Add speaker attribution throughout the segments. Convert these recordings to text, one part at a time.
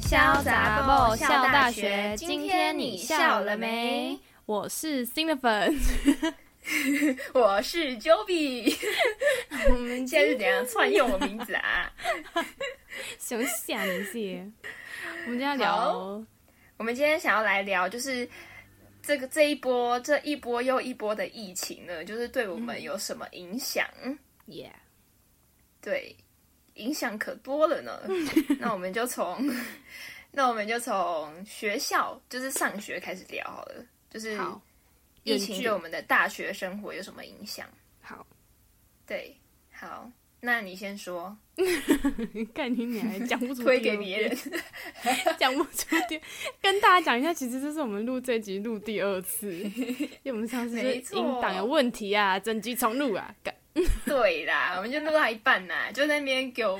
Speaker 1: 潇洒爆笑大学，今天你笑了没？
Speaker 2: 我是新的 粉，
Speaker 1: 我是 Joby，
Speaker 2: 我们
Speaker 1: 现在是怎样串用我名字啊？
Speaker 2: 想想一些。我们今天聊，
Speaker 1: 我们今天想要来聊，就是这个这一波这一波又一波的疫情呢，就是对我们有什么影响？
Speaker 2: 耶，
Speaker 1: 对，影响可多了 呢。那我们就从，那我们就从学校，就是上学开始聊好了。就是
Speaker 2: 好，
Speaker 1: 嗯疫
Speaker 2: 远
Speaker 1: 情
Speaker 2: 距
Speaker 1: 对我们的大学生活有什么影响？
Speaker 2: 好，
Speaker 1: 对，好，那你先说，
Speaker 2: 干你娘，讲不出
Speaker 1: 推
Speaker 2: 第
Speaker 1: 给
Speaker 2: 二
Speaker 1: 别
Speaker 2: 遍
Speaker 1: 人。
Speaker 2: 讲不出第，跟大家讲一下，其实这是我们录这集录第二 次，因为我们上次就是
Speaker 1: 没错
Speaker 2: 音档有问题啊，整集重录啊，干
Speaker 1: 对啦，我们就录到一半啦，就在那边给我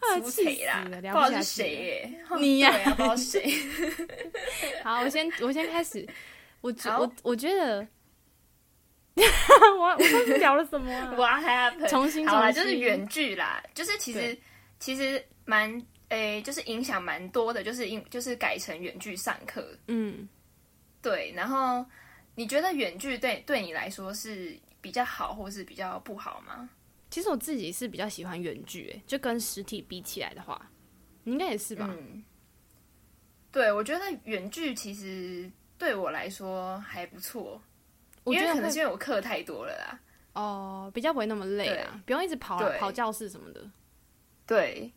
Speaker 2: 啊
Speaker 1: 出
Speaker 2: 气
Speaker 1: 腿
Speaker 2: 死
Speaker 1: 啦，
Speaker 2: 了，
Speaker 1: 不知
Speaker 2: 聊
Speaker 1: 道
Speaker 2: 下
Speaker 1: 是
Speaker 2: 去
Speaker 1: 谁
Speaker 2: 了。
Speaker 1: 耶、
Speaker 2: 你 呀
Speaker 1: 对啊，不知道是谁。
Speaker 2: 好，我先我先开始，我觉
Speaker 1: 好
Speaker 2: 我我觉得， 我我上次聊了什么 啊？
Speaker 1: What happened？
Speaker 2: 重新
Speaker 1: 好啦，
Speaker 2: 重
Speaker 1: 就
Speaker 2: 新
Speaker 1: 是远距啦，就是其实
Speaker 2: 对
Speaker 1: 其实蛮诶、就是影响蛮多的，就是因就是改成远距上课。
Speaker 2: 嗯，
Speaker 1: 对，然后你觉得远距对对你来说是比较好，或是比较不好吗？
Speaker 2: 其实我自己是比较喜欢远距，诶，就跟实体比起来的话，你应该也是吧？
Speaker 1: 嗯，对，我觉得远距其实对我来说还不错，
Speaker 2: 我觉
Speaker 1: 因为
Speaker 2: 得
Speaker 1: 可能
Speaker 2: 会
Speaker 1: 是因为我课太多了啦。
Speaker 2: 哦，比较不会那么累啊，不用一直跑来
Speaker 1: 对
Speaker 2: 跑教室什么的。
Speaker 1: 对，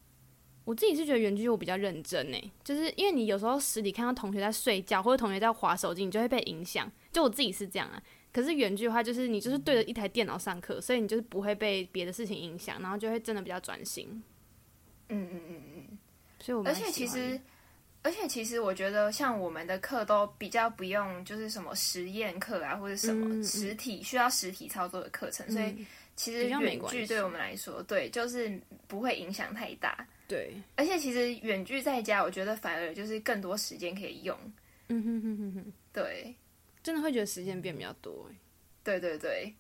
Speaker 2: 我自己是觉得远距我比较认真呢，就是因为你有时候实体看到同学在睡觉或者同学在划手机，你就会被影响。就我自己是这样啊。可是远距的话，就是你就是对
Speaker 1: 嗯
Speaker 2: 着一台电脑上课，所以你就是不会被别的事情影响，然后就会真的比较专心。
Speaker 1: 嗯嗯嗯嗯。
Speaker 2: 所以我
Speaker 1: 而
Speaker 2: 蛮喜
Speaker 1: 且
Speaker 2: 欢
Speaker 1: 其实，而且其实，我觉得像我们的课都比较不用，就是什么实验课啊，或者什么
Speaker 2: 嗯嗯
Speaker 1: 实体、需要实体操作的课程，所以
Speaker 2: 嗯
Speaker 1: 其实
Speaker 2: 比较没
Speaker 1: 远
Speaker 2: 关
Speaker 1: 距
Speaker 2: 系
Speaker 1: 对我们来说，对，就是不会影响太大。
Speaker 2: 对，
Speaker 1: 而且其实远距在家，我觉得反而就是更多时间可以用。
Speaker 2: 嗯哼哼哼哼，
Speaker 1: 对，
Speaker 2: 真的会觉得时间变比较多欸耶
Speaker 1: 对对对，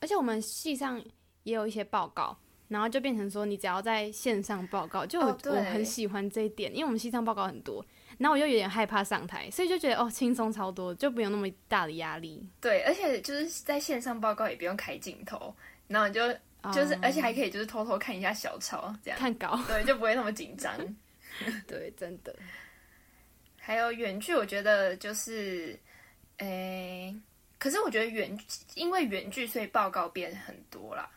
Speaker 2: 而且我们系上也有一些报告，然后就变成说你只要在线上报告，就我、
Speaker 1: 哦对
Speaker 2: 我很喜欢这一点，因为我们系上报告很多，然后我又有点害怕上台，所以就觉得哦轻松超多，就不用那么大的压力。
Speaker 1: 对，而且就是在线上报告也不用开镜头，然后你就
Speaker 2: 哦
Speaker 1: 就是，而且还可以就是偷偷看一下小抄，这样
Speaker 2: 看稿，
Speaker 1: 对，就不会那么紧张。
Speaker 2: 对，真的，
Speaker 1: 还有远距，我觉得就是，诶、可是我觉得远，因为远距，所以报告变很多啦。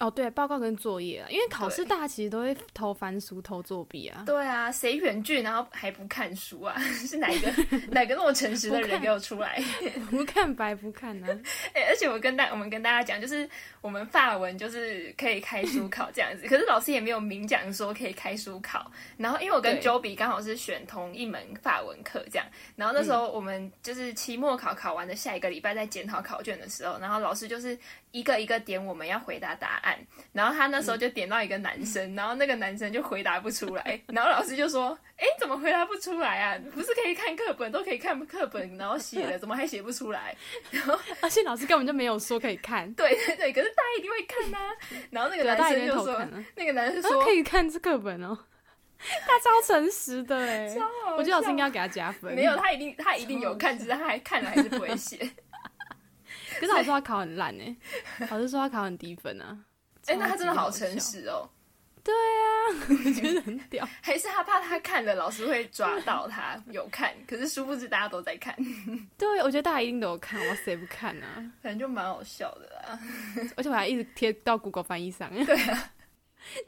Speaker 2: 哦对，报告跟作业啊，因为考试
Speaker 1: 对
Speaker 2: 大家其实都会偷翻书、偷作弊啊，
Speaker 1: 对啊，谁远距然后还不看书啊？ 是哪一 个哪个那么诚实的
Speaker 2: 不
Speaker 1: 人
Speaker 2: 看
Speaker 1: 给我出来？
Speaker 2: 不看白不看 啊，
Speaker 1: 哎、而且我跟大我们跟大家讲，就是我们法文就是可以开书考这样子， 可是老师也没有明讲说可以开书考。然后因为我跟
Speaker 2: 对
Speaker 1: Joby 刚好是选同一门法文课这样，然后那时候我们就是期末考考完的下一个礼拜在检讨考卷的时候，然后老师就是一个一个点我们要回答答案，然后他那时候就点到一个男生，然后那个男生就回答不出来，然后老师就说：“哎，怎么回答不出来啊？不是可以看课本，都可以看课本，然后写了，怎么还写不出来？”
Speaker 2: 而且老师根本就没有说可以看，
Speaker 1: 对 对对，可是大家一定会看呐、然后那个
Speaker 2: 对啊，大
Speaker 1: 男
Speaker 2: 家
Speaker 1: 生
Speaker 2: 也在
Speaker 1: 就
Speaker 2: 偷
Speaker 1: 说，
Speaker 2: 看啊，
Speaker 1: 那个男生
Speaker 2: 啊
Speaker 1: 说，
Speaker 2: 可以看这课本哦，他超诚实的哎，我觉得老师应该要给他加分，
Speaker 1: 没有，他一定他一定有看，只是他还看了还是不会写。
Speaker 2: 可是老师说他考很烂哎、老师说他考很低分啊。
Speaker 1: 哎、那他真的好
Speaker 2: 超级笑
Speaker 1: 诚， 实哦，
Speaker 2: 我觉得很屌。
Speaker 1: 还是他怕他看了老师会抓到他有看，可是殊不知大家都在看，
Speaker 2: 对，我觉得大家一定都有看，我谁不看啊？
Speaker 1: 反正就蛮好笑的啦。
Speaker 2: 而且我还一直贴到 Google 翻译上，
Speaker 1: 对啊，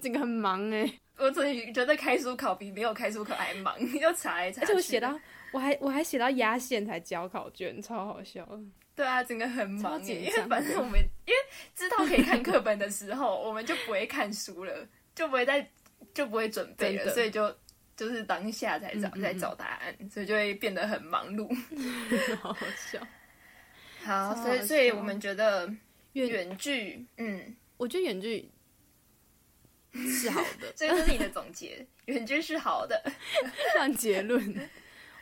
Speaker 2: 整个很忙哎、
Speaker 1: 我自己觉得开书考比没有开书考还忙， 要查一查。
Speaker 2: 而且我写啊到，我还我还写到压线才交考卷，超好笑。
Speaker 1: 对啊，整个很忙
Speaker 2: 超
Speaker 1: 耶，
Speaker 2: 紧
Speaker 1: 因为
Speaker 2: 张
Speaker 1: 反正我们因为知道可以看课本的时候，我们就不会看书了，就不会再就不会准备
Speaker 2: 真
Speaker 1: 了，
Speaker 2: 的
Speaker 1: 所以就就是当下才找
Speaker 2: 嗯嗯嗯
Speaker 1: 才找答案，所以就会变得很忙碌。
Speaker 2: 好好笑。
Speaker 1: 好，
Speaker 2: 超
Speaker 1: 所以
Speaker 2: 好
Speaker 1: 所以
Speaker 2: 笑哦
Speaker 1: 我们觉得
Speaker 2: 远，
Speaker 1: 远距，嗯，
Speaker 2: 我觉得远距是好的，
Speaker 1: 所以这是你的总结，远距是好的。
Speaker 2: 这样结论。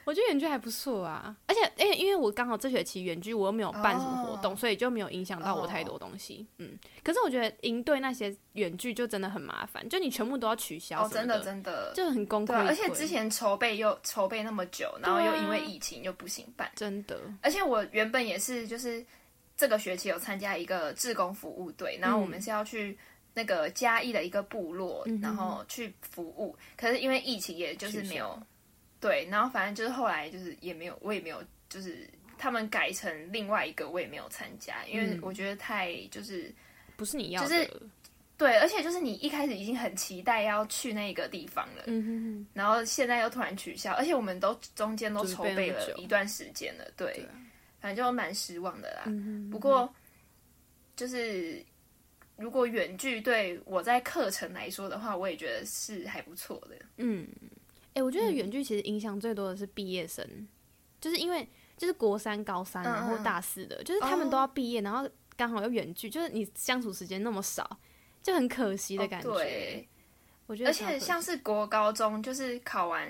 Speaker 2: 我觉得远距还不错啊，而且哎、因为我刚好这学期远距我又没有办什么活动，
Speaker 1: 哦
Speaker 2: 所以就没有影响到我太多东西。嗯，可是我觉得营队那些远距就真的很麻烦，就你全部都要取消
Speaker 1: 哦，
Speaker 2: 什么
Speaker 1: 真
Speaker 2: 的，
Speaker 1: 的真的，
Speaker 2: 就很功亏
Speaker 1: 对
Speaker 2: 一
Speaker 1: 啊，
Speaker 2: 篑、
Speaker 1: 而且之前筹备又筹备那么久，然后又
Speaker 2: 对啊
Speaker 1: 因为疫情又不行办，
Speaker 2: 真的
Speaker 1: 而且我原本也是就是这个学期有参加一个志工服务队，然后我们是要去。那个嘉义的一个部落，
Speaker 2: 嗯哼
Speaker 1: 然后去服务，可是因为疫情，也就是
Speaker 2: 取消
Speaker 1: 没有对，然后反正就是后来就是也没有，我也没有，就是他们改成另外一个，我也没有参加，因为
Speaker 2: 嗯
Speaker 1: 我觉得太就是
Speaker 2: 不是你要的，
Speaker 1: 就是对，而且就是你一开始已经很期待要去那个地方了，
Speaker 2: 嗯哼哼，
Speaker 1: 然后现在又突然取消，而且我们都中间都筹备
Speaker 2: 准备那么
Speaker 1: 了
Speaker 2: 久
Speaker 1: 一段时间了，对，
Speaker 2: 对啊
Speaker 1: 反正就蛮失望的啦。
Speaker 2: 嗯哼
Speaker 1: 不过就是如果远距对我在课程来说的话，我也觉得是还不错的。
Speaker 2: 嗯，哎、我觉
Speaker 1: 嗯
Speaker 2: 得远距其实影响最多的是毕业生，就是因为就是国三、高三，
Speaker 1: 嗯
Speaker 2: 然后
Speaker 1: 嗯哦
Speaker 2: 大四的，就是他们都要毕业，然后刚好又远距，就是你相处时间那么少，就很可惜的感觉。
Speaker 1: 哦对，
Speaker 2: 我觉得
Speaker 1: 而
Speaker 2: 超可
Speaker 1: 且
Speaker 2: 惜，
Speaker 1: 像是国高中，就是考完，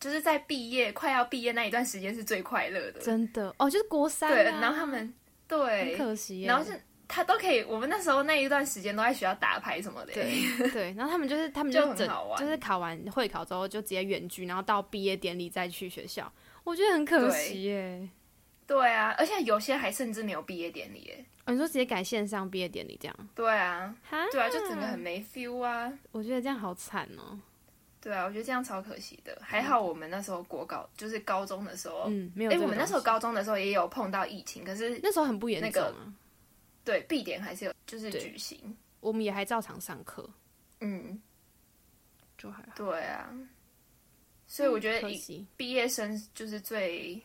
Speaker 1: 就是在毕业快要毕业那一段时间是最快乐的。
Speaker 2: 真的哦，就是国三、啊，
Speaker 1: 对，然后他们
Speaker 2: 很
Speaker 1: 对，
Speaker 2: 可惜耶，
Speaker 1: 然后是他都可以，我们那时候那一段时间都在学校打牌什么的。
Speaker 2: 对 对，然后他们就是他们
Speaker 1: 就
Speaker 2: 就
Speaker 1: 很
Speaker 2: 整
Speaker 1: 好玩
Speaker 2: 就是考完会考之后就直接远距，然后到毕业典礼再去学校，我觉得很可
Speaker 1: 对
Speaker 2: 惜耶。
Speaker 1: 对啊，而且有些还甚至没有毕业典礼耶。
Speaker 2: 哦，你说直接改线上毕业典礼这样？
Speaker 1: 对啊，
Speaker 2: 哈，
Speaker 1: 对啊，就整个很没 feel 啊。
Speaker 2: 我觉得这样好惨哦、
Speaker 1: 对啊，我觉得这样超可惜的。还好我们那时候国高，就是高中的时候，
Speaker 2: 嗯，没有。
Speaker 1: 哎、我们那时候，高中的时候也有碰到疫情，可是
Speaker 2: 那时候很不严重啊，
Speaker 1: 对必点还是有，就是
Speaker 2: 对
Speaker 1: 举行。
Speaker 2: 我们也还照常上课，
Speaker 1: 嗯，
Speaker 2: 就还好。嗯
Speaker 1: 对啊。所以我觉得
Speaker 2: 可
Speaker 1: 一
Speaker 2: 惜，
Speaker 1: 毕业生就是最，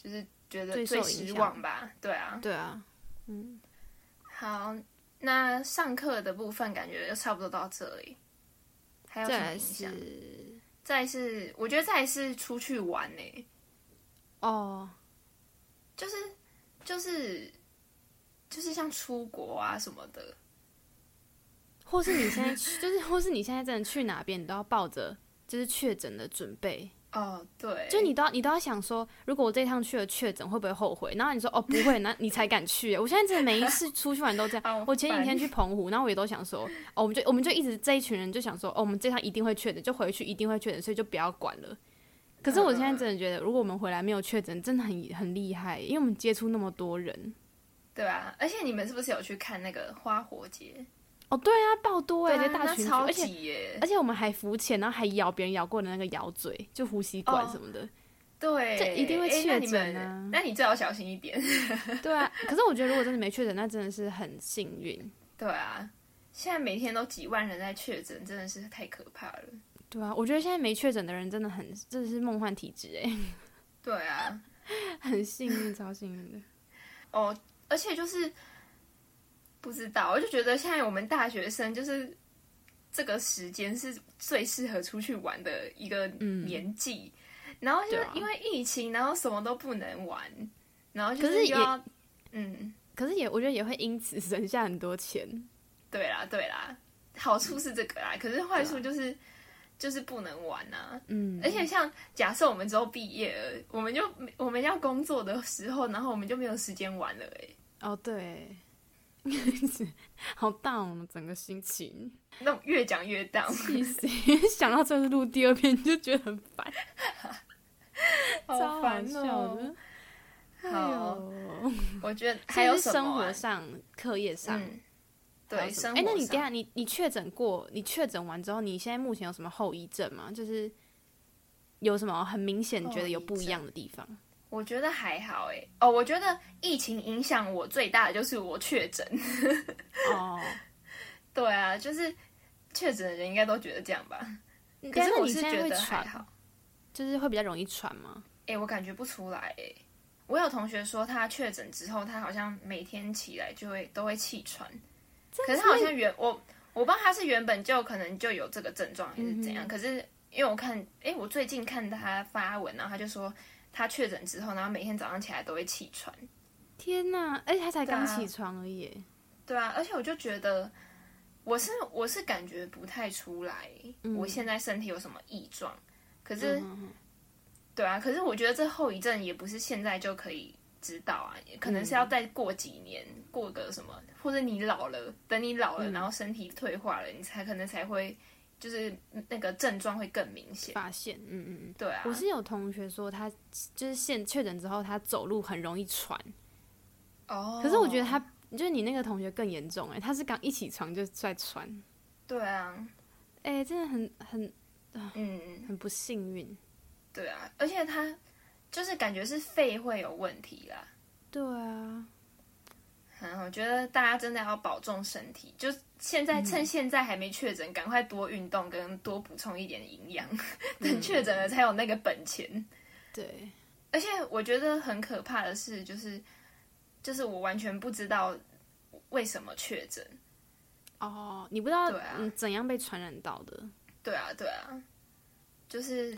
Speaker 1: 就是觉得
Speaker 2: 最受
Speaker 1: 最
Speaker 2: 影
Speaker 1: 失
Speaker 2: 响
Speaker 1: 望吧。对啊，
Speaker 2: 对啊，
Speaker 1: 好，那上课的部分感觉就差不多到这里，还有什
Speaker 2: 再
Speaker 1: 么
Speaker 2: 来
Speaker 1: 影响？
Speaker 2: 是
Speaker 1: 再来是，我觉得再来是出去玩呢、
Speaker 2: 哦，
Speaker 1: 就是就是就是像出国啊什么的，
Speaker 2: 或是你现在去，就是或是你现在真的去哪边，你都要抱着就是确诊的准备，
Speaker 1: 哦，对，
Speaker 2: 就你都要你都要想说，如果我这一趟去了确诊，会不会后悔？然后你说哦不会，那 你才敢去。我现在真的每一次出去玩都这
Speaker 1: 好
Speaker 2: 样。我前几天
Speaker 1: 烦
Speaker 2: 去澎湖，然后我也都想说，哦，我们就我们就一直这一群人就想说，哦，我们这趟一定会确诊，就回去一定会确诊，所以就不要管了。可是我现在真的觉得，如果我们回来没有确诊，真的很很厉害，因为我们接触那么多人。
Speaker 1: 对啊，而且你们是不是有去看那个花火节？
Speaker 2: 哦，对啊，爆多哎、
Speaker 1: 啊，
Speaker 2: 就大
Speaker 1: 那
Speaker 2: 群聚，
Speaker 1: 超
Speaker 2: 而且
Speaker 1: 级耶，
Speaker 2: 而且我们还浮潜，然后还咬别人咬过的那个咬嘴，就呼吸管
Speaker 1: 哦
Speaker 2: 什么的。
Speaker 1: 对，
Speaker 2: 这一定会
Speaker 1: 诶那你
Speaker 2: 确诊啊
Speaker 1: 们那你最好小心一点。
Speaker 2: 对啊，可是我觉得如果真的没确诊，那真的是很幸运。
Speaker 1: 对啊，现在每天都几万人在确诊，真的是太可怕了。
Speaker 2: 对啊，我觉得现在没确诊的人真的很，真的是梦幻体质哎，
Speaker 1: 对啊，
Speaker 2: 很幸运，超幸运的。
Speaker 1: 哦，而且就是不知道，我就觉得现在我们大学生就是这个时间是最适合出去玩的一个年纪，然后就
Speaker 2: 嗯对
Speaker 1: 是
Speaker 2: 啊
Speaker 1: 因为疫情，然后什么都不能玩，然后就
Speaker 2: 可是也
Speaker 1: 又要嗯，
Speaker 2: 可是也，我觉得也会因此 省下很多钱。
Speaker 1: 对啦对啦，好处是这个啦，可是坏处就是、就是不能玩啊。
Speaker 2: 啊嗯，
Speaker 1: 而且像假设我们之后毕业了，我们就没我们要工作的时候，然后我们就没有时间玩了、欸，
Speaker 2: 哦对， 好大我们整个心 情，
Speaker 1: 那种越讲越 down，
Speaker 2: 气死！ 想到这次录第二遍就觉得很 烦，
Speaker 1: 好
Speaker 2: 超好
Speaker 1: 烦
Speaker 2: 笑
Speaker 1: 哦、
Speaker 2: 的。
Speaker 1: 好
Speaker 2: 哎呦，
Speaker 1: 我觉得还
Speaker 2: 还
Speaker 1: 有
Speaker 2: 有
Speaker 1: 什
Speaker 2: 生
Speaker 1: 么、
Speaker 2: 活
Speaker 1: 啊？
Speaker 2: 上、课业上，
Speaker 1: 嗯，
Speaker 2: 还
Speaker 1: 对，
Speaker 2: 有什
Speaker 1: 生
Speaker 2: 么
Speaker 1: 活上。
Speaker 2: 哎，那你等一下你你确诊过，你确诊完之后，你现在目前有什么后遗症吗？就是有什么很明显觉得有不一样的地方？
Speaker 1: 我觉得还好哎、哦，我觉得疫情影响我最大的就是我确诊。
Speaker 2: 哦，
Speaker 1: 对啊，就是确诊的人应该都觉得这样吧。可
Speaker 2: 嗯但
Speaker 1: 是我
Speaker 2: 你
Speaker 1: 是
Speaker 2: 现在
Speaker 1: 觉
Speaker 2: 会
Speaker 1: 得还
Speaker 2: 传，
Speaker 1: 好。
Speaker 2: 就是会比较容易传吗？
Speaker 1: 哎、我感觉不出来哎、我有同学说他确诊之后，他好像每天起来就会都会气喘，可是他好像原我我不知道他是原本就可能就有这个症状还是怎样，可是因为我看哎、我最近看他发文，然后他就说他确诊之后，然后每天早上起来都会气喘。
Speaker 2: 天哪！而且他才刚
Speaker 1: 对啊
Speaker 2: 起床而已耶，
Speaker 1: 对啊，而且我就觉得，我是我是感觉不太出来，我现在身体有什么异状。可是，
Speaker 2: 嗯嗯嗯
Speaker 1: 对啊，可是我觉得这后遗症也不是现在就可以知道啊，可能是
Speaker 2: 嗯
Speaker 1: 要再过几年，过个什么，或者你老了，等你老
Speaker 2: 嗯
Speaker 1: 了，然后身体退化了，你才可能才会就是那个症状会更明显。
Speaker 2: 发现，嗯嗯嗯。
Speaker 1: 对啊，
Speaker 2: 我是有同学说他就是现确诊之后，他走路很容易喘，
Speaker 1: 哦，
Speaker 2: 可是我觉得他就是你那个同学更严重哎、他是刚一起床就在喘，
Speaker 1: 对啊，
Speaker 2: 哎、真的很很
Speaker 1: 嗯，
Speaker 2: 很不幸运。
Speaker 1: 对啊，而且他就是感觉是肺会有问题啦。
Speaker 2: 对啊，
Speaker 1: 嗯，我觉得大家真的要保重身体，就现在趁现在还没确诊，赶快多运动跟多补充一点营养，等确诊了才有那个本钱。
Speaker 2: 对，
Speaker 1: 而且我觉得很可怕的是，就是就是我完全不知道为什么确诊。
Speaker 2: 哦，你不知道、
Speaker 1: 对啊
Speaker 2: 嗯怎样被传染到的，
Speaker 1: 对啊，对啊，就是，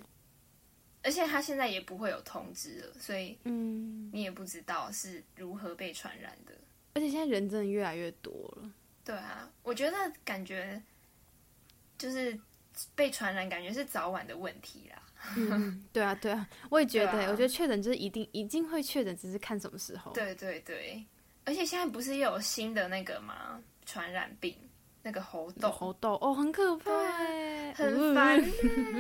Speaker 1: 而且他现在也不会有通知了，所以
Speaker 2: 嗯，
Speaker 1: 你也不知道是如何被传染的。
Speaker 2: 而且现在人真的越来越多了，
Speaker 1: 对啊，我觉得感觉就是被传染，感觉是早晚的问题啦。
Speaker 2: 对啊，对啊，我也觉得、
Speaker 1: 对啊
Speaker 2: 我觉得确诊就是一定一定会确诊，只是看什么时候。，
Speaker 1: 对对对，而且现在不是又有新的那个吗？传染病那个猴痘，
Speaker 2: 猴痘哦，很可怕
Speaker 1: 对啊
Speaker 2: 哎、
Speaker 1: 很
Speaker 2: 嗯
Speaker 1: 烦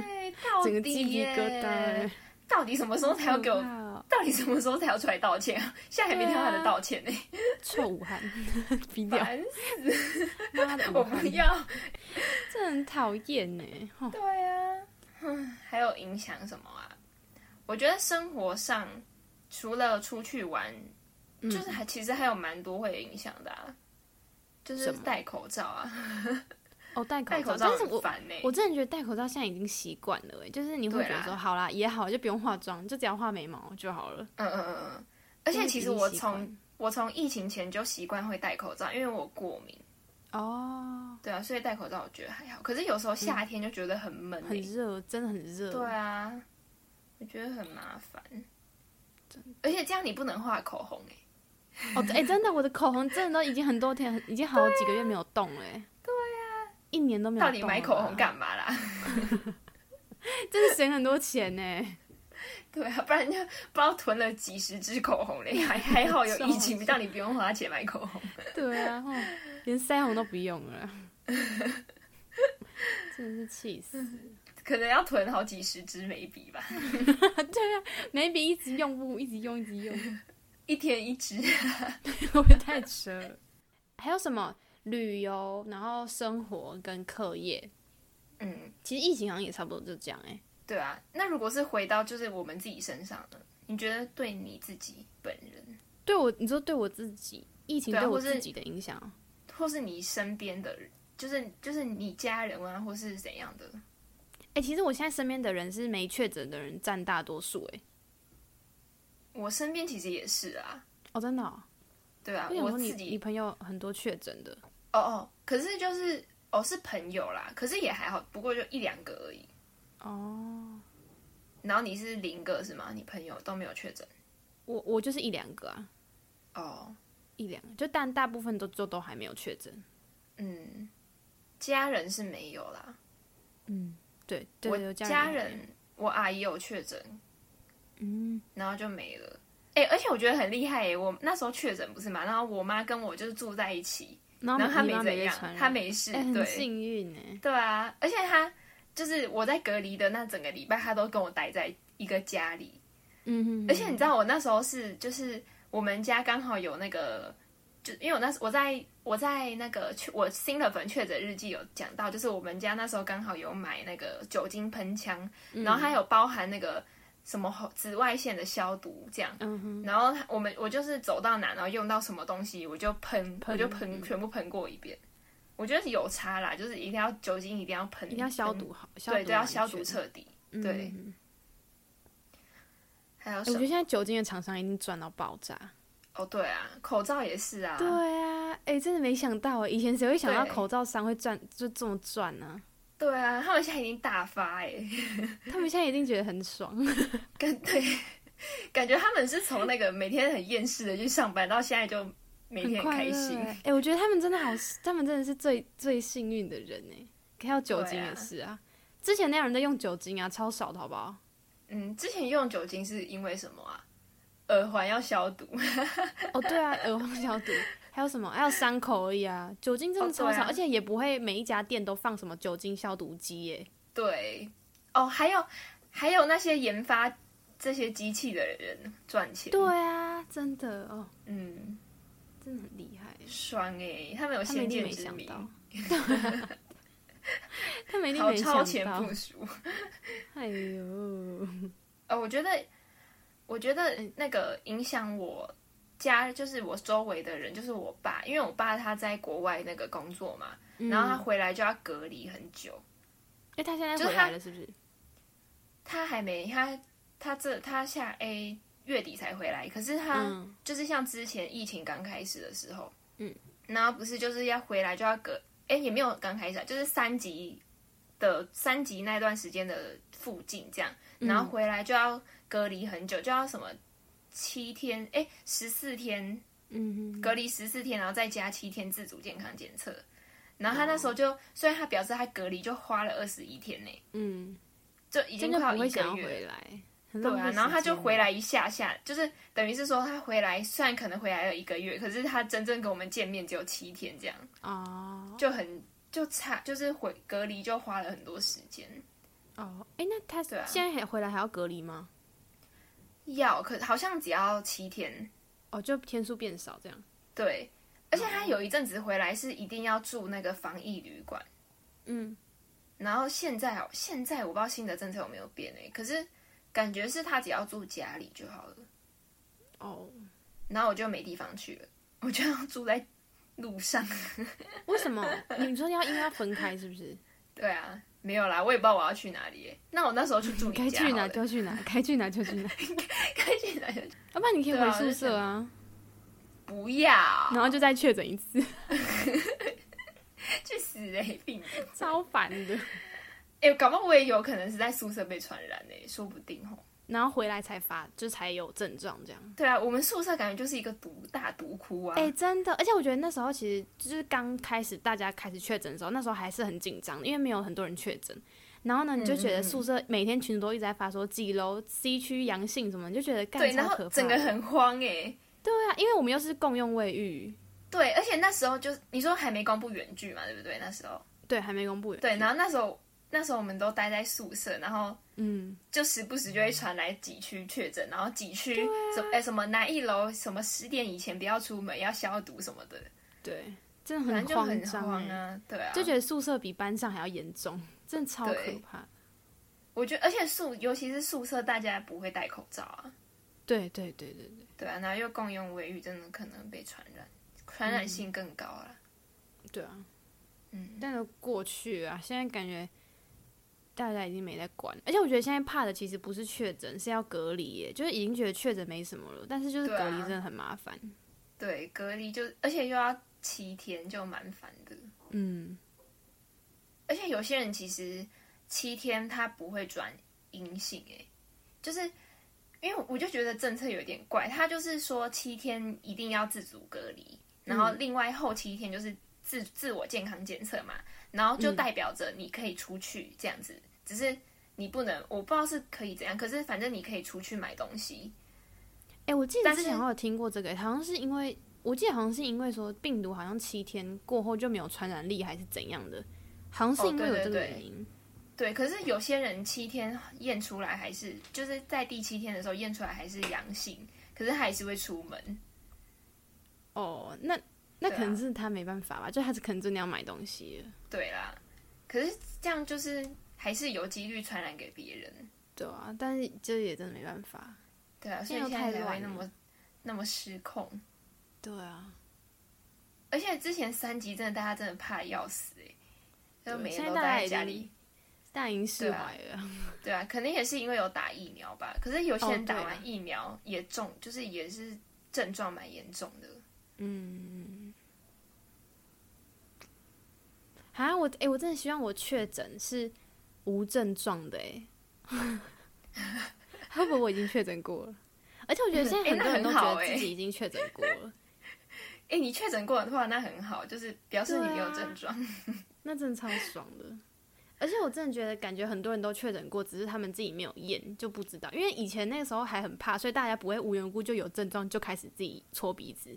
Speaker 1: 哎、到底
Speaker 2: 整个鸡皮疙瘩、
Speaker 1: 耶
Speaker 2: 欸，
Speaker 1: 到底什么时候才要给我
Speaker 2: 好可？怕哦
Speaker 1: 到底什么时候才要出来道歉啊？现在还没听到他的道歉呢、
Speaker 2: 臭武汉， 逼掉，
Speaker 1: 烦死！
Speaker 2: 妈的，
Speaker 1: 我
Speaker 2: 武汉
Speaker 1: 不，要。
Speaker 2: 这很讨厌哎，哼
Speaker 1: 对啊，哼还有影响什么啊？我觉得生活上除了出去玩，
Speaker 2: 嗯
Speaker 1: 就是还其实还有蛮多会影响的、啊，就是
Speaker 2: 什么
Speaker 1: 戴口罩啊，
Speaker 2: 哦，戴口
Speaker 1: 戴口罩
Speaker 2: 但是
Speaker 1: 很
Speaker 2: 我
Speaker 1: 烦欸呢、
Speaker 2: 我真的觉得戴口罩现在已经习惯了哎，就是你会
Speaker 1: 对
Speaker 2: 觉得
Speaker 1: 啊
Speaker 2: 说好啦也好，就不用化妆，就只要画眉毛就好了。
Speaker 1: 嗯嗯嗯嗯，而且其实我
Speaker 2: 已经习惯
Speaker 1: 从我从疫情前就习惯会戴口罩，因为我过敏。
Speaker 2: 哦，
Speaker 1: 对啊，所以戴口罩我觉得还好，可是有时候夏天就觉得很闷、欸
Speaker 2: 很热，真的很热。
Speaker 1: 对啊，我觉得很麻烦。而且这样你不能画口红哎、
Speaker 2: 哦，哎、真的，我的口红真的都已经很多天，很已经好几个月没有动了。对呀，一年都没有
Speaker 1: 啊到
Speaker 2: 动。
Speaker 1: 底买口红？干嘛啦？
Speaker 2: 真的省很多钱欸呢。
Speaker 1: 对啊，不然就不知道囤了几十支口红嘞， 还还好有疫情
Speaker 2: 超，
Speaker 1: 让你不用花钱买口红。
Speaker 2: 对啊，吼连腮红都不用了， 真的是气死。
Speaker 1: 可能要囤好几十支眉笔吧，
Speaker 2: 眉笔一直用不，一直用，一直用，
Speaker 1: 一天一支。
Speaker 2: 会不会太扯了？还有什么旅游，然后生活跟课业，
Speaker 1: 嗯，
Speaker 2: 其实疫情好像也差不多就这样哎、
Speaker 1: 对啊。那如果是回到就是我们自己身上呢？你觉得对你自己本人，
Speaker 2: 对我，你说对我自己，疫情
Speaker 1: 对啊
Speaker 2: 对我
Speaker 1: 或是
Speaker 2: 自己的影响哦，
Speaker 1: 或是你身边的人，就是就是你家人啊，或是怎样的？
Speaker 2: 哎、其实我现在身边的人是没确诊的人占大多数哎、
Speaker 1: 我身边其实也是啊，
Speaker 2: 哦，真的、哦，
Speaker 1: 对啊，
Speaker 2: 为什
Speaker 1: 我
Speaker 2: 么你
Speaker 1: 自
Speaker 2: 你
Speaker 1: 己
Speaker 2: 朋友很多确诊的？
Speaker 1: 哦哦，可是就是哦是朋友啦，可是也还好，不过就一两个而已。
Speaker 2: 哦，
Speaker 1: 然后你是零个是吗？你朋友都没有确诊
Speaker 2: 我我就是一两个啊，
Speaker 1: 哦。
Speaker 2: 一两个，就但大部分都就都还没有确诊。
Speaker 1: 嗯，家人是没有啦，
Speaker 2: 嗯，对对
Speaker 1: 我
Speaker 2: 对，
Speaker 1: 家
Speaker 2: 人还
Speaker 1: 人我阿姨有确诊，
Speaker 2: 嗯，
Speaker 1: 然后就没了。哎、而且我觉得很厉害耶、我那时候确诊不是嘛，然后我妈跟我就是住在一起，
Speaker 2: 然后
Speaker 1: 然后她
Speaker 2: 你
Speaker 1: 没
Speaker 2: 妈
Speaker 1: 怎
Speaker 2: 被
Speaker 1: 样
Speaker 2: 传，染
Speaker 1: 她没事，
Speaker 2: 哎、很
Speaker 1: 对
Speaker 2: 幸运哎、
Speaker 1: 对啊，而且她就是我在隔离的那整个礼拜，她都跟我待在一个家里，
Speaker 2: 嗯哼哼，
Speaker 1: 而且你知道我那时候是就是我们家刚好有那个，就因为我那时我在我在那个确我新的粉确诊日记有讲到，就是我们家那时候刚好有买那个酒精喷枪，然后
Speaker 2: 嗯
Speaker 1: 它有包含那个。什么紫外线的消毒这样，
Speaker 2: 嗯哼，
Speaker 1: 然后我们我就是走到哪，然后用到什么东西，我就喷，
Speaker 2: 喷
Speaker 1: 我
Speaker 2: 嗯
Speaker 1: 就喷，全部喷过一遍。我觉得有差啦，就是一定要酒精一定要喷，
Speaker 2: 一定要消毒好，消毒
Speaker 1: 对，都要
Speaker 2: 完
Speaker 1: 消
Speaker 2: 全
Speaker 1: 毒彻底。
Speaker 2: 嗯
Speaker 1: 对
Speaker 2: 嗯嗯
Speaker 1: 还有
Speaker 2: 哎
Speaker 1: 什
Speaker 2: 我觉
Speaker 1: 么？
Speaker 2: 得现在酒精的厂商一定赚到爆炸。
Speaker 1: 哦，对啊，口罩也是啊。
Speaker 2: 对啊，哎、真的没想到欸，以前谁会想到
Speaker 1: 对
Speaker 2: 口罩商会赚就这么赚呢、
Speaker 1: 对啊，他们现在已经大发哎、
Speaker 2: 他们现在一定觉得很爽。
Speaker 1: 跟对，感觉他们是从那个每天很厌世的去上班，到现在就每
Speaker 2: 很
Speaker 1: 天
Speaker 2: 快
Speaker 1: 开
Speaker 2: 乐
Speaker 1: 心
Speaker 2: 欸。哎、我觉得他们真的好，他们真的是最最幸运的人哎、还有酒
Speaker 1: 对
Speaker 2: 精
Speaker 1: 啊
Speaker 2: 也是啊，之前那样人在用酒精啊，超少的好不好？
Speaker 1: 嗯，之前用酒精是因为什么啊？耳环要消毒，
Speaker 2: 哦，对啊，耳环消毒，还有什么？还有伤口而已啊。酒精真的
Speaker 1: 哦
Speaker 2: 超
Speaker 1: 对
Speaker 2: 少，
Speaker 1: 啊
Speaker 2: 而且也不会每一家店都放什么酒精消毒机耶。
Speaker 1: 对，哦，还有还有那些研发这些机器的人赚钱，
Speaker 2: 对啊，真的哦，
Speaker 1: 嗯，
Speaker 2: 真的很厉害耶。
Speaker 1: 爽诶、他们有
Speaker 2: 他们
Speaker 1: 先
Speaker 2: 一
Speaker 1: 见
Speaker 2: 定没
Speaker 1: 之
Speaker 2: 想
Speaker 1: 明，
Speaker 2: 到， 他们一定
Speaker 1: 好
Speaker 2: 没
Speaker 1: 超
Speaker 2: 想
Speaker 1: 前
Speaker 2: 到
Speaker 1: 部。署。
Speaker 2: 哎呦，
Speaker 1: 呃，我觉得，我觉得嗯那个影响我家，就是我周围的人，就是我爸，因为我爸他在国外那个工作嘛，然后他
Speaker 2: 嗯，
Speaker 1: 回来就要隔离很久，
Speaker 2: 哎，他现在
Speaker 1: 就是
Speaker 2: 回
Speaker 1: 他
Speaker 2: 来了，是不是？
Speaker 1: 他还没他他这他下 A 月底才回来，可是他、
Speaker 2: 嗯
Speaker 1: 就是像之前疫情刚开始的时候，
Speaker 2: 嗯，
Speaker 1: 然后不是就是要回来就要隔，哎、也没有刚开始啊，就是三级的三级那段时间的附近这样，
Speaker 2: 嗯
Speaker 1: 然后回来就要隔离很久，就要什么七天，哎、十四天
Speaker 2: 嗯哼，
Speaker 1: 隔离十四天，然后再加七天自主健康检测，然后他那时候
Speaker 2: 哦
Speaker 1: 就，虽然他表示他隔离就花了二十一天呢、
Speaker 2: 嗯，
Speaker 1: 就已经
Speaker 2: 真的
Speaker 1: 快要
Speaker 2: 不会
Speaker 1: 一
Speaker 2: 想
Speaker 1: 个
Speaker 2: 要
Speaker 1: 月了
Speaker 2: 回。来。很
Speaker 1: 对
Speaker 2: 浪
Speaker 1: 啊，
Speaker 2: 费
Speaker 1: 然后
Speaker 2: 时
Speaker 1: 他就
Speaker 2: 间哦
Speaker 1: 回
Speaker 2: 耶，
Speaker 1: 来一下下，就是等于是说他回来，虽然可能回来了一个月，可是他真正跟我们见面只有七天，这样
Speaker 2: 哦
Speaker 1: 就很就差，就是回隔离就花了很多时间。
Speaker 2: 哦，哎，那他
Speaker 1: 对啊
Speaker 2: 现在还回来还要隔离吗？
Speaker 1: 要可好像只要七天，
Speaker 2: 哦，就天数变少这样。
Speaker 1: 对，而且他有一阵子回来是一定要住那个防疫旅馆，
Speaker 2: 嗯，
Speaker 1: 然后现在哦，现在我不知道新的政策有没有变诶、可是感觉是他只要住家里就好了，
Speaker 2: 哦，
Speaker 1: 然后我就没地方去了，我就要住在路上。
Speaker 2: 为什么？你说要因为要分开是不是？
Speaker 1: 对啊，没有啦，我也不知道我要去哪里耶。那我那时候去住
Speaker 2: 该
Speaker 1: 你家好
Speaker 2: 去
Speaker 1: 了，
Speaker 2: 哪就去哪， 该去哪 就去哪，
Speaker 1: 该去哪就
Speaker 2: 要不然你可以
Speaker 1: 对
Speaker 2: 回
Speaker 1: 啊
Speaker 2: 宿舍啊，
Speaker 1: 不要，
Speaker 2: 然后就再确诊一 次，
Speaker 1: 去死嘞，病人！
Speaker 2: 超烦的。
Speaker 1: 哎、搞不好我也有可能是在宿舍被传染呢，说不定哦。
Speaker 2: 然后回来才发，就才有症状这样。
Speaker 1: 对啊，我们宿舍感觉就是一个毒大毒窟啊。
Speaker 2: 哎、真的，而且我觉得那时候其实就是刚开始大家开始确诊的时候，那时候还是很紧张，因为没有很多人确诊。然后呢，你就
Speaker 1: 嗯
Speaker 2: 觉得宿舍每天群主都一直在发说几楼 C 区阳性什么，你就觉得干
Speaker 1: 对，
Speaker 2: 超
Speaker 1: 然
Speaker 2: 可
Speaker 1: 后
Speaker 2: 怕的。
Speaker 1: 整个很慌哎。
Speaker 2: 对啊，因为我们又是共用卫浴，
Speaker 1: 对，而且那时候就你说还没公布远距嘛，对不对？那时候
Speaker 2: 对，还没公布。
Speaker 1: 对，然后那时候那时候我们都待在宿舍，然后
Speaker 2: 嗯，
Speaker 1: 就时不时就会传来几区确诊，然后几区
Speaker 2: 啊
Speaker 1: 什哎、什么哪一楼什么十点以前不要出门，要消毒什么的。
Speaker 2: 对，真的
Speaker 1: 反
Speaker 2: 很
Speaker 1: 正就
Speaker 2: 慌
Speaker 1: 很
Speaker 2: 张、
Speaker 1: 慌
Speaker 2: 欸，
Speaker 1: 啊，对啊，
Speaker 2: 就觉得宿舍比班上还要严重，真的超可
Speaker 1: 对
Speaker 2: 怕的。
Speaker 1: 我觉得，而且宿尤其是宿舍，大家不会戴口罩啊，
Speaker 2: 对对对对对
Speaker 1: 对啊，然后又共用卫浴，真的可能被传染，传
Speaker 2: 嗯
Speaker 1: 染性更高啦。
Speaker 2: 对啊！
Speaker 1: 嗯，
Speaker 2: 但是过去啊，现在感觉大家已经没在管，而且我觉得现在怕的其实不是确诊，是要隔离耶，就是已经觉得确诊没什么了，但是就是
Speaker 1: 对啊
Speaker 2: 隔离真的很麻烦。
Speaker 1: 对，隔离就而且又要七天，就蛮烦的。
Speaker 2: 嗯，
Speaker 1: 而且有些人其实七天他不会转阴性、欸，就是因为我就觉得政策有点怪，他就是说七天一定要自主隔离，然后另外后七天就是自自我健康检测嘛，然后就代表着你可以出去这样子，只是你不能，我不知道是可以怎样，可是反正你可以出去买东西，
Speaker 2: 哎、我记得
Speaker 1: 但
Speaker 2: 之
Speaker 1: 是
Speaker 2: 前我有听过这个，好像是因为我记得好像是因为说病毒好像七天过后就没有传染力还是怎样的，好像是
Speaker 1: 哦
Speaker 2: 因
Speaker 1: 对
Speaker 2: 为有
Speaker 1: 对
Speaker 2: 这个
Speaker 1: 对
Speaker 2: 原因。
Speaker 1: 对，可是有些人七天验出来还是就是在第七天的时候验出来还是阳性，可是他还是会出门。
Speaker 2: 哦，那那
Speaker 1: 对啊
Speaker 2: 可能是他没办法吧，就他是可能真的要买东西了，
Speaker 1: 对啦，可是这样就是还是有几率传染给别人，
Speaker 2: 对啊，但是这也真的没办法，
Speaker 1: 对啊，所
Speaker 2: 现
Speaker 1: 以
Speaker 2: 在
Speaker 1: 现在
Speaker 2: 又
Speaker 1: 才
Speaker 2: 太
Speaker 1: 会
Speaker 2: 乱
Speaker 1: 那
Speaker 2: 了
Speaker 1: 么那么失控。
Speaker 2: 对啊，
Speaker 1: 而且之前三级真的大家真的怕得要死哎、就
Speaker 2: 对
Speaker 1: 每
Speaker 2: 现
Speaker 1: 天
Speaker 2: 在
Speaker 1: 都
Speaker 2: 大家
Speaker 1: 待在
Speaker 2: 已
Speaker 1: 家
Speaker 2: 经
Speaker 1: 里。
Speaker 2: 大已经释怀了，
Speaker 1: 对啊，可能也是因为有打疫苗吧。可是有些
Speaker 2: 哦
Speaker 1: 人
Speaker 2: 对
Speaker 1: 打
Speaker 2: 啊
Speaker 1: 完疫苗也重，就是也是症状蛮严重的。
Speaker 2: 嗯。啊，我哎、我真的希望我确诊是无症状的哎、 会不会我已经确诊过了？而且我觉得现在
Speaker 1: 哎
Speaker 2: 很多
Speaker 1: 那
Speaker 2: 人都
Speaker 1: 很好
Speaker 2: 觉得
Speaker 1: 哎
Speaker 2: 自己已经确诊过了，
Speaker 1: 哎、你确诊过的话，那很好，就是表示你没有
Speaker 2: 对啊
Speaker 1: 症状。
Speaker 2: 那真的超爽的。而且我真的觉得，感觉很多人都确诊过，只是他们自己没有验，就不知道。因为以前那个时候还很怕，所以大家不会无缘无故就有症状就开始自己搓鼻子，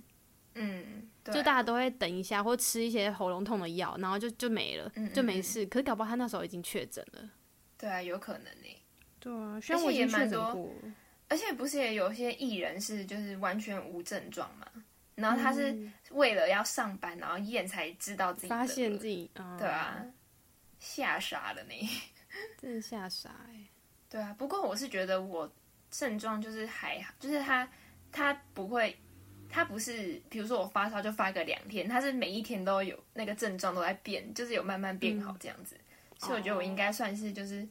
Speaker 1: 嗯，对
Speaker 2: 就大家都会等一下或吃一些喉咙痛的药，然后就就没了
Speaker 1: 嗯，
Speaker 2: 就没事。可是搞不好他那时候已经确诊了。
Speaker 1: 对啊，有可能呢、
Speaker 2: 对啊，
Speaker 1: 虽然我已经确诊过
Speaker 2: 过，
Speaker 1: 而且不是也有些艺人是就是完全无症状嘛，然后他是为了要上班，然后验才知道自己得
Speaker 2: 嗯发现
Speaker 1: 了
Speaker 2: 自己，嗯、
Speaker 1: 对啊，，吓傻了呢。
Speaker 2: 真的吓傻哎、
Speaker 1: 对啊，不过我是觉得我症状就是还好，就是他他不会，他不是，比如说我发烧就发个两天，他是每一天都有那个症状都在变，就是有慢慢变
Speaker 2: 嗯
Speaker 1: 好这样子，所以我觉得我应该算是就是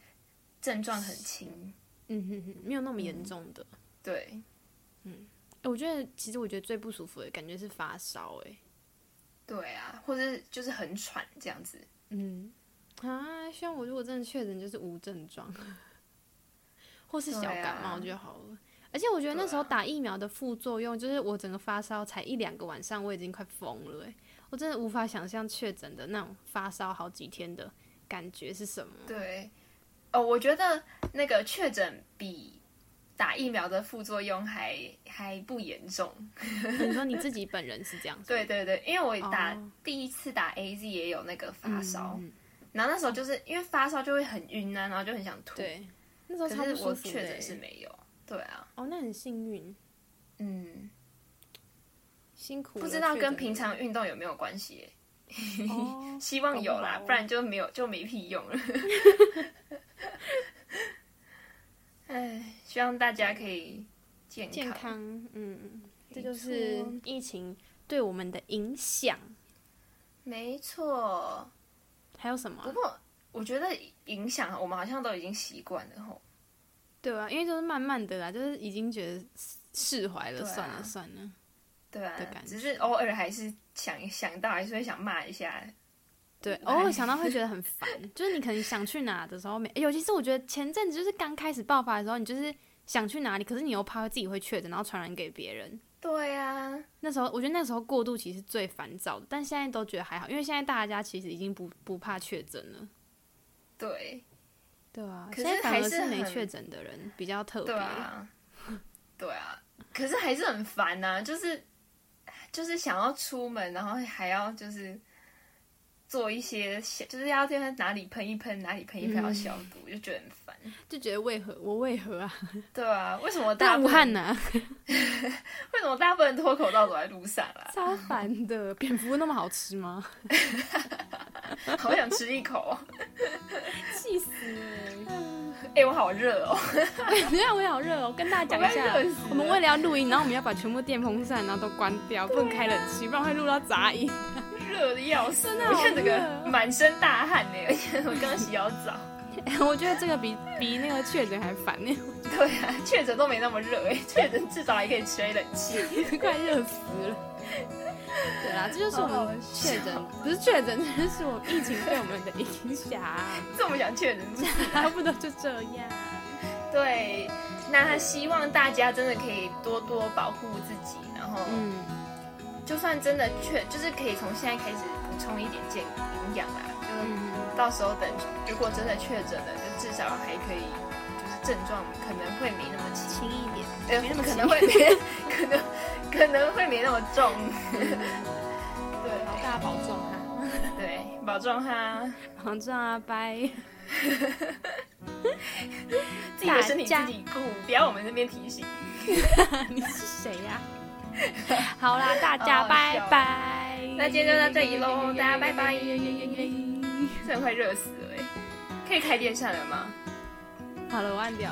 Speaker 1: 症状很轻，
Speaker 2: 嗯哼哼，没有那么严重的。
Speaker 1: 对，
Speaker 2: 哎我觉得其实我觉得最不舒服的感觉是发烧哎、
Speaker 1: 对啊，或者是就是很喘这样子，
Speaker 2: 嗯，啊，希望我如果真的确诊，就是无症状， 或是小
Speaker 1: 对啊啊
Speaker 2: 感冒就好了。而且我觉得那时候打疫苗的副作用，就是我整个发烧才一两个晚上，我已经快疯了、欸，我真的无法想象确诊的那种发烧好几天的感觉是什么。
Speaker 1: 对，哦，我觉得那个确诊比打疫苗的副作用还还不严重。
Speaker 2: 你说你自己本人是这样子，
Speaker 1: 对对对，因为我打、
Speaker 2: 哦
Speaker 1: 第一次打 A Z 也有那个 发
Speaker 2: 嗯，
Speaker 1: 烧，
Speaker 2: 嗯
Speaker 1: 然后那时候就是因为发烧就会很晕啊，然后就很想吐。，
Speaker 2: 对，那时候
Speaker 1: 可
Speaker 2: 超不
Speaker 1: 是我
Speaker 2: 舒服的、
Speaker 1: 确
Speaker 2: 欸
Speaker 1: 诊是没有。对啊，
Speaker 2: 哦，那很幸运，
Speaker 1: 嗯，
Speaker 2: 辛苦了。
Speaker 1: 不知道
Speaker 2: 确
Speaker 1: 跟
Speaker 2: 诊
Speaker 1: 平
Speaker 2: 的
Speaker 1: 常运动有没有关系耶、
Speaker 2: 人哦
Speaker 1: 希望有
Speaker 2: 搞不
Speaker 1: 啦，
Speaker 2: 好
Speaker 1: 不然就没有就没屁 用了。哎，希望大家可以健
Speaker 2: 健
Speaker 1: 康。
Speaker 2: 康，嗯，这
Speaker 1: 没
Speaker 2: 就是
Speaker 1: 错
Speaker 2: 疫情对我们的影响。
Speaker 1: 没错，
Speaker 2: 还有什么啊、
Speaker 1: 不过我觉得影响我们好像都已经习惯了吼。
Speaker 2: 对啊，因为就是慢慢的啦，就是已经觉得释怀了，
Speaker 1: 对啊
Speaker 2: 算了算了。
Speaker 1: 对啊
Speaker 2: 的感，
Speaker 1: 只是偶尔还是想想到，还是会想骂一下。
Speaker 2: 对，
Speaker 1: 嗯
Speaker 2: 偶
Speaker 1: 哎
Speaker 2: 尔想到会觉得很烦，就是你可能想去哪的时候没，尤其是我觉得前阵子就是刚开始爆发的时候，你就是想去哪里，可是你又怕自己会确诊，然后传染给别人。
Speaker 1: 对啊，
Speaker 2: 那时候我觉得那时候过度其实最烦躁的，但现在都觉得还好，因为现在大家其实已经不不怕确诊了。
Speaker 1: 对
Speaker 2: 对啊，
Speaker 1: 可
Speaker 2: 现
Speaker 1: 是
Speaker 2: 在反
Speaker 1: 还
Speaker 2: 而
Speaker 1: 是
Speaker 2: 是没
Speaker 1: 很
Speaker 2: 确诊的人比较特别。
Speaker 1: 对啊，对啊，可是还是很烦呐、就是就是想要出门，然后还要就是做一些小，就是要在哪里喷一喷，哪里喷一喷
Speaker 2: 嗯
Speaker 1: 要消毒，就觉得很烦。
Speaker 2: 就觉得为何我为何啊？
Speaker 1: 对啊，为什么大家
Speaker 2: 但 武
Speaker 1: 不
Speaker 2: 汉
Speaker 1: 能
Speaker 2: 呢、
Speaker 1: 为什么大家不能脱口罩走在路上啊啦、
Speaker 2: 超烦的，蝙蝠那么好吃吗？
Speaker 1: 好想吃一口哦，
Speaker 2: 气死 了！
Speaker 1: 哎、我好热哦。
Speaker 2: 等一哎下我也好热哦，跟大家讲一
Speaker 1: 我
Speaker 2: 下
Speaker 1: 快热死了，
Speaker 2: 我们为了要录音，然后我们要把全部电风扇然后都关掉，不能开冷气，不然会录到杂音。
Speaker 1: 热的啊要死，
Speaker 2: 的
Speaker 1: 我
Speaker 2: 好
Speaker 1: 看整
Speaker 2: 热
Speaker 1: 个满身大汗呢，而且我刚洗好澡。
Speaker 2: 我觉得这个比比那个确诊还烦呢，
Speaker 1: 对啊，确诊都没那么热哎， 确诊至少还可以吹冷气。
Speaker 2: 快热死了。对啦，这就是我
Speaker 1: 好好
Speaker 2: 们
Speaker 1: 笑
Speaker 2: 确诊，不是确诊，这就是我疫情对我们的影响，
Speaker 1: 这么想确诊是不是
Speaker 2: 差不多就这样。
Speaker 1: 对，那希望大家真的可以多多保护自己，然后
Speaker 2: 嗯，
Speaker 1: 就算真的确，就是可以从现在开始补充一点健营养啦，就是
Speaker 2: 嗯
Speaker 1: 到时候等如果真的确诊了，就至少还可以，就是症状可能会没那么轻，
Speaker 2: 轻一点，
Speaker 1: 呃，
Speaker 2: 没那么
Speaker 1: 可
Speaker 2: 轻
Speaker 1: 能会没，可能可能会没那么重。
Speaker 2: 好，
Speaker 1: 对
Speaker 2: 大家保重啊 哈，
Speaker 1: 对，保重哈，
Speaker 2: 保重啊，拜。
Speaker 1: 自己的身体
Speaker 2: 大家
Speaker 1: 自己顾，不要我们这边提醒。
Speaker 2: 你是谁 呀、好啦，大
Speaker 1: 好
Speaker 2: 家
Speaker 1: 好笑
Speaker 2: 拜拜。
Speaker 1: 那今天就到这里喽大家拜拜真的快热死欸了哎，可以开电扇了吗？
Speaker 2: 好了，我按掉。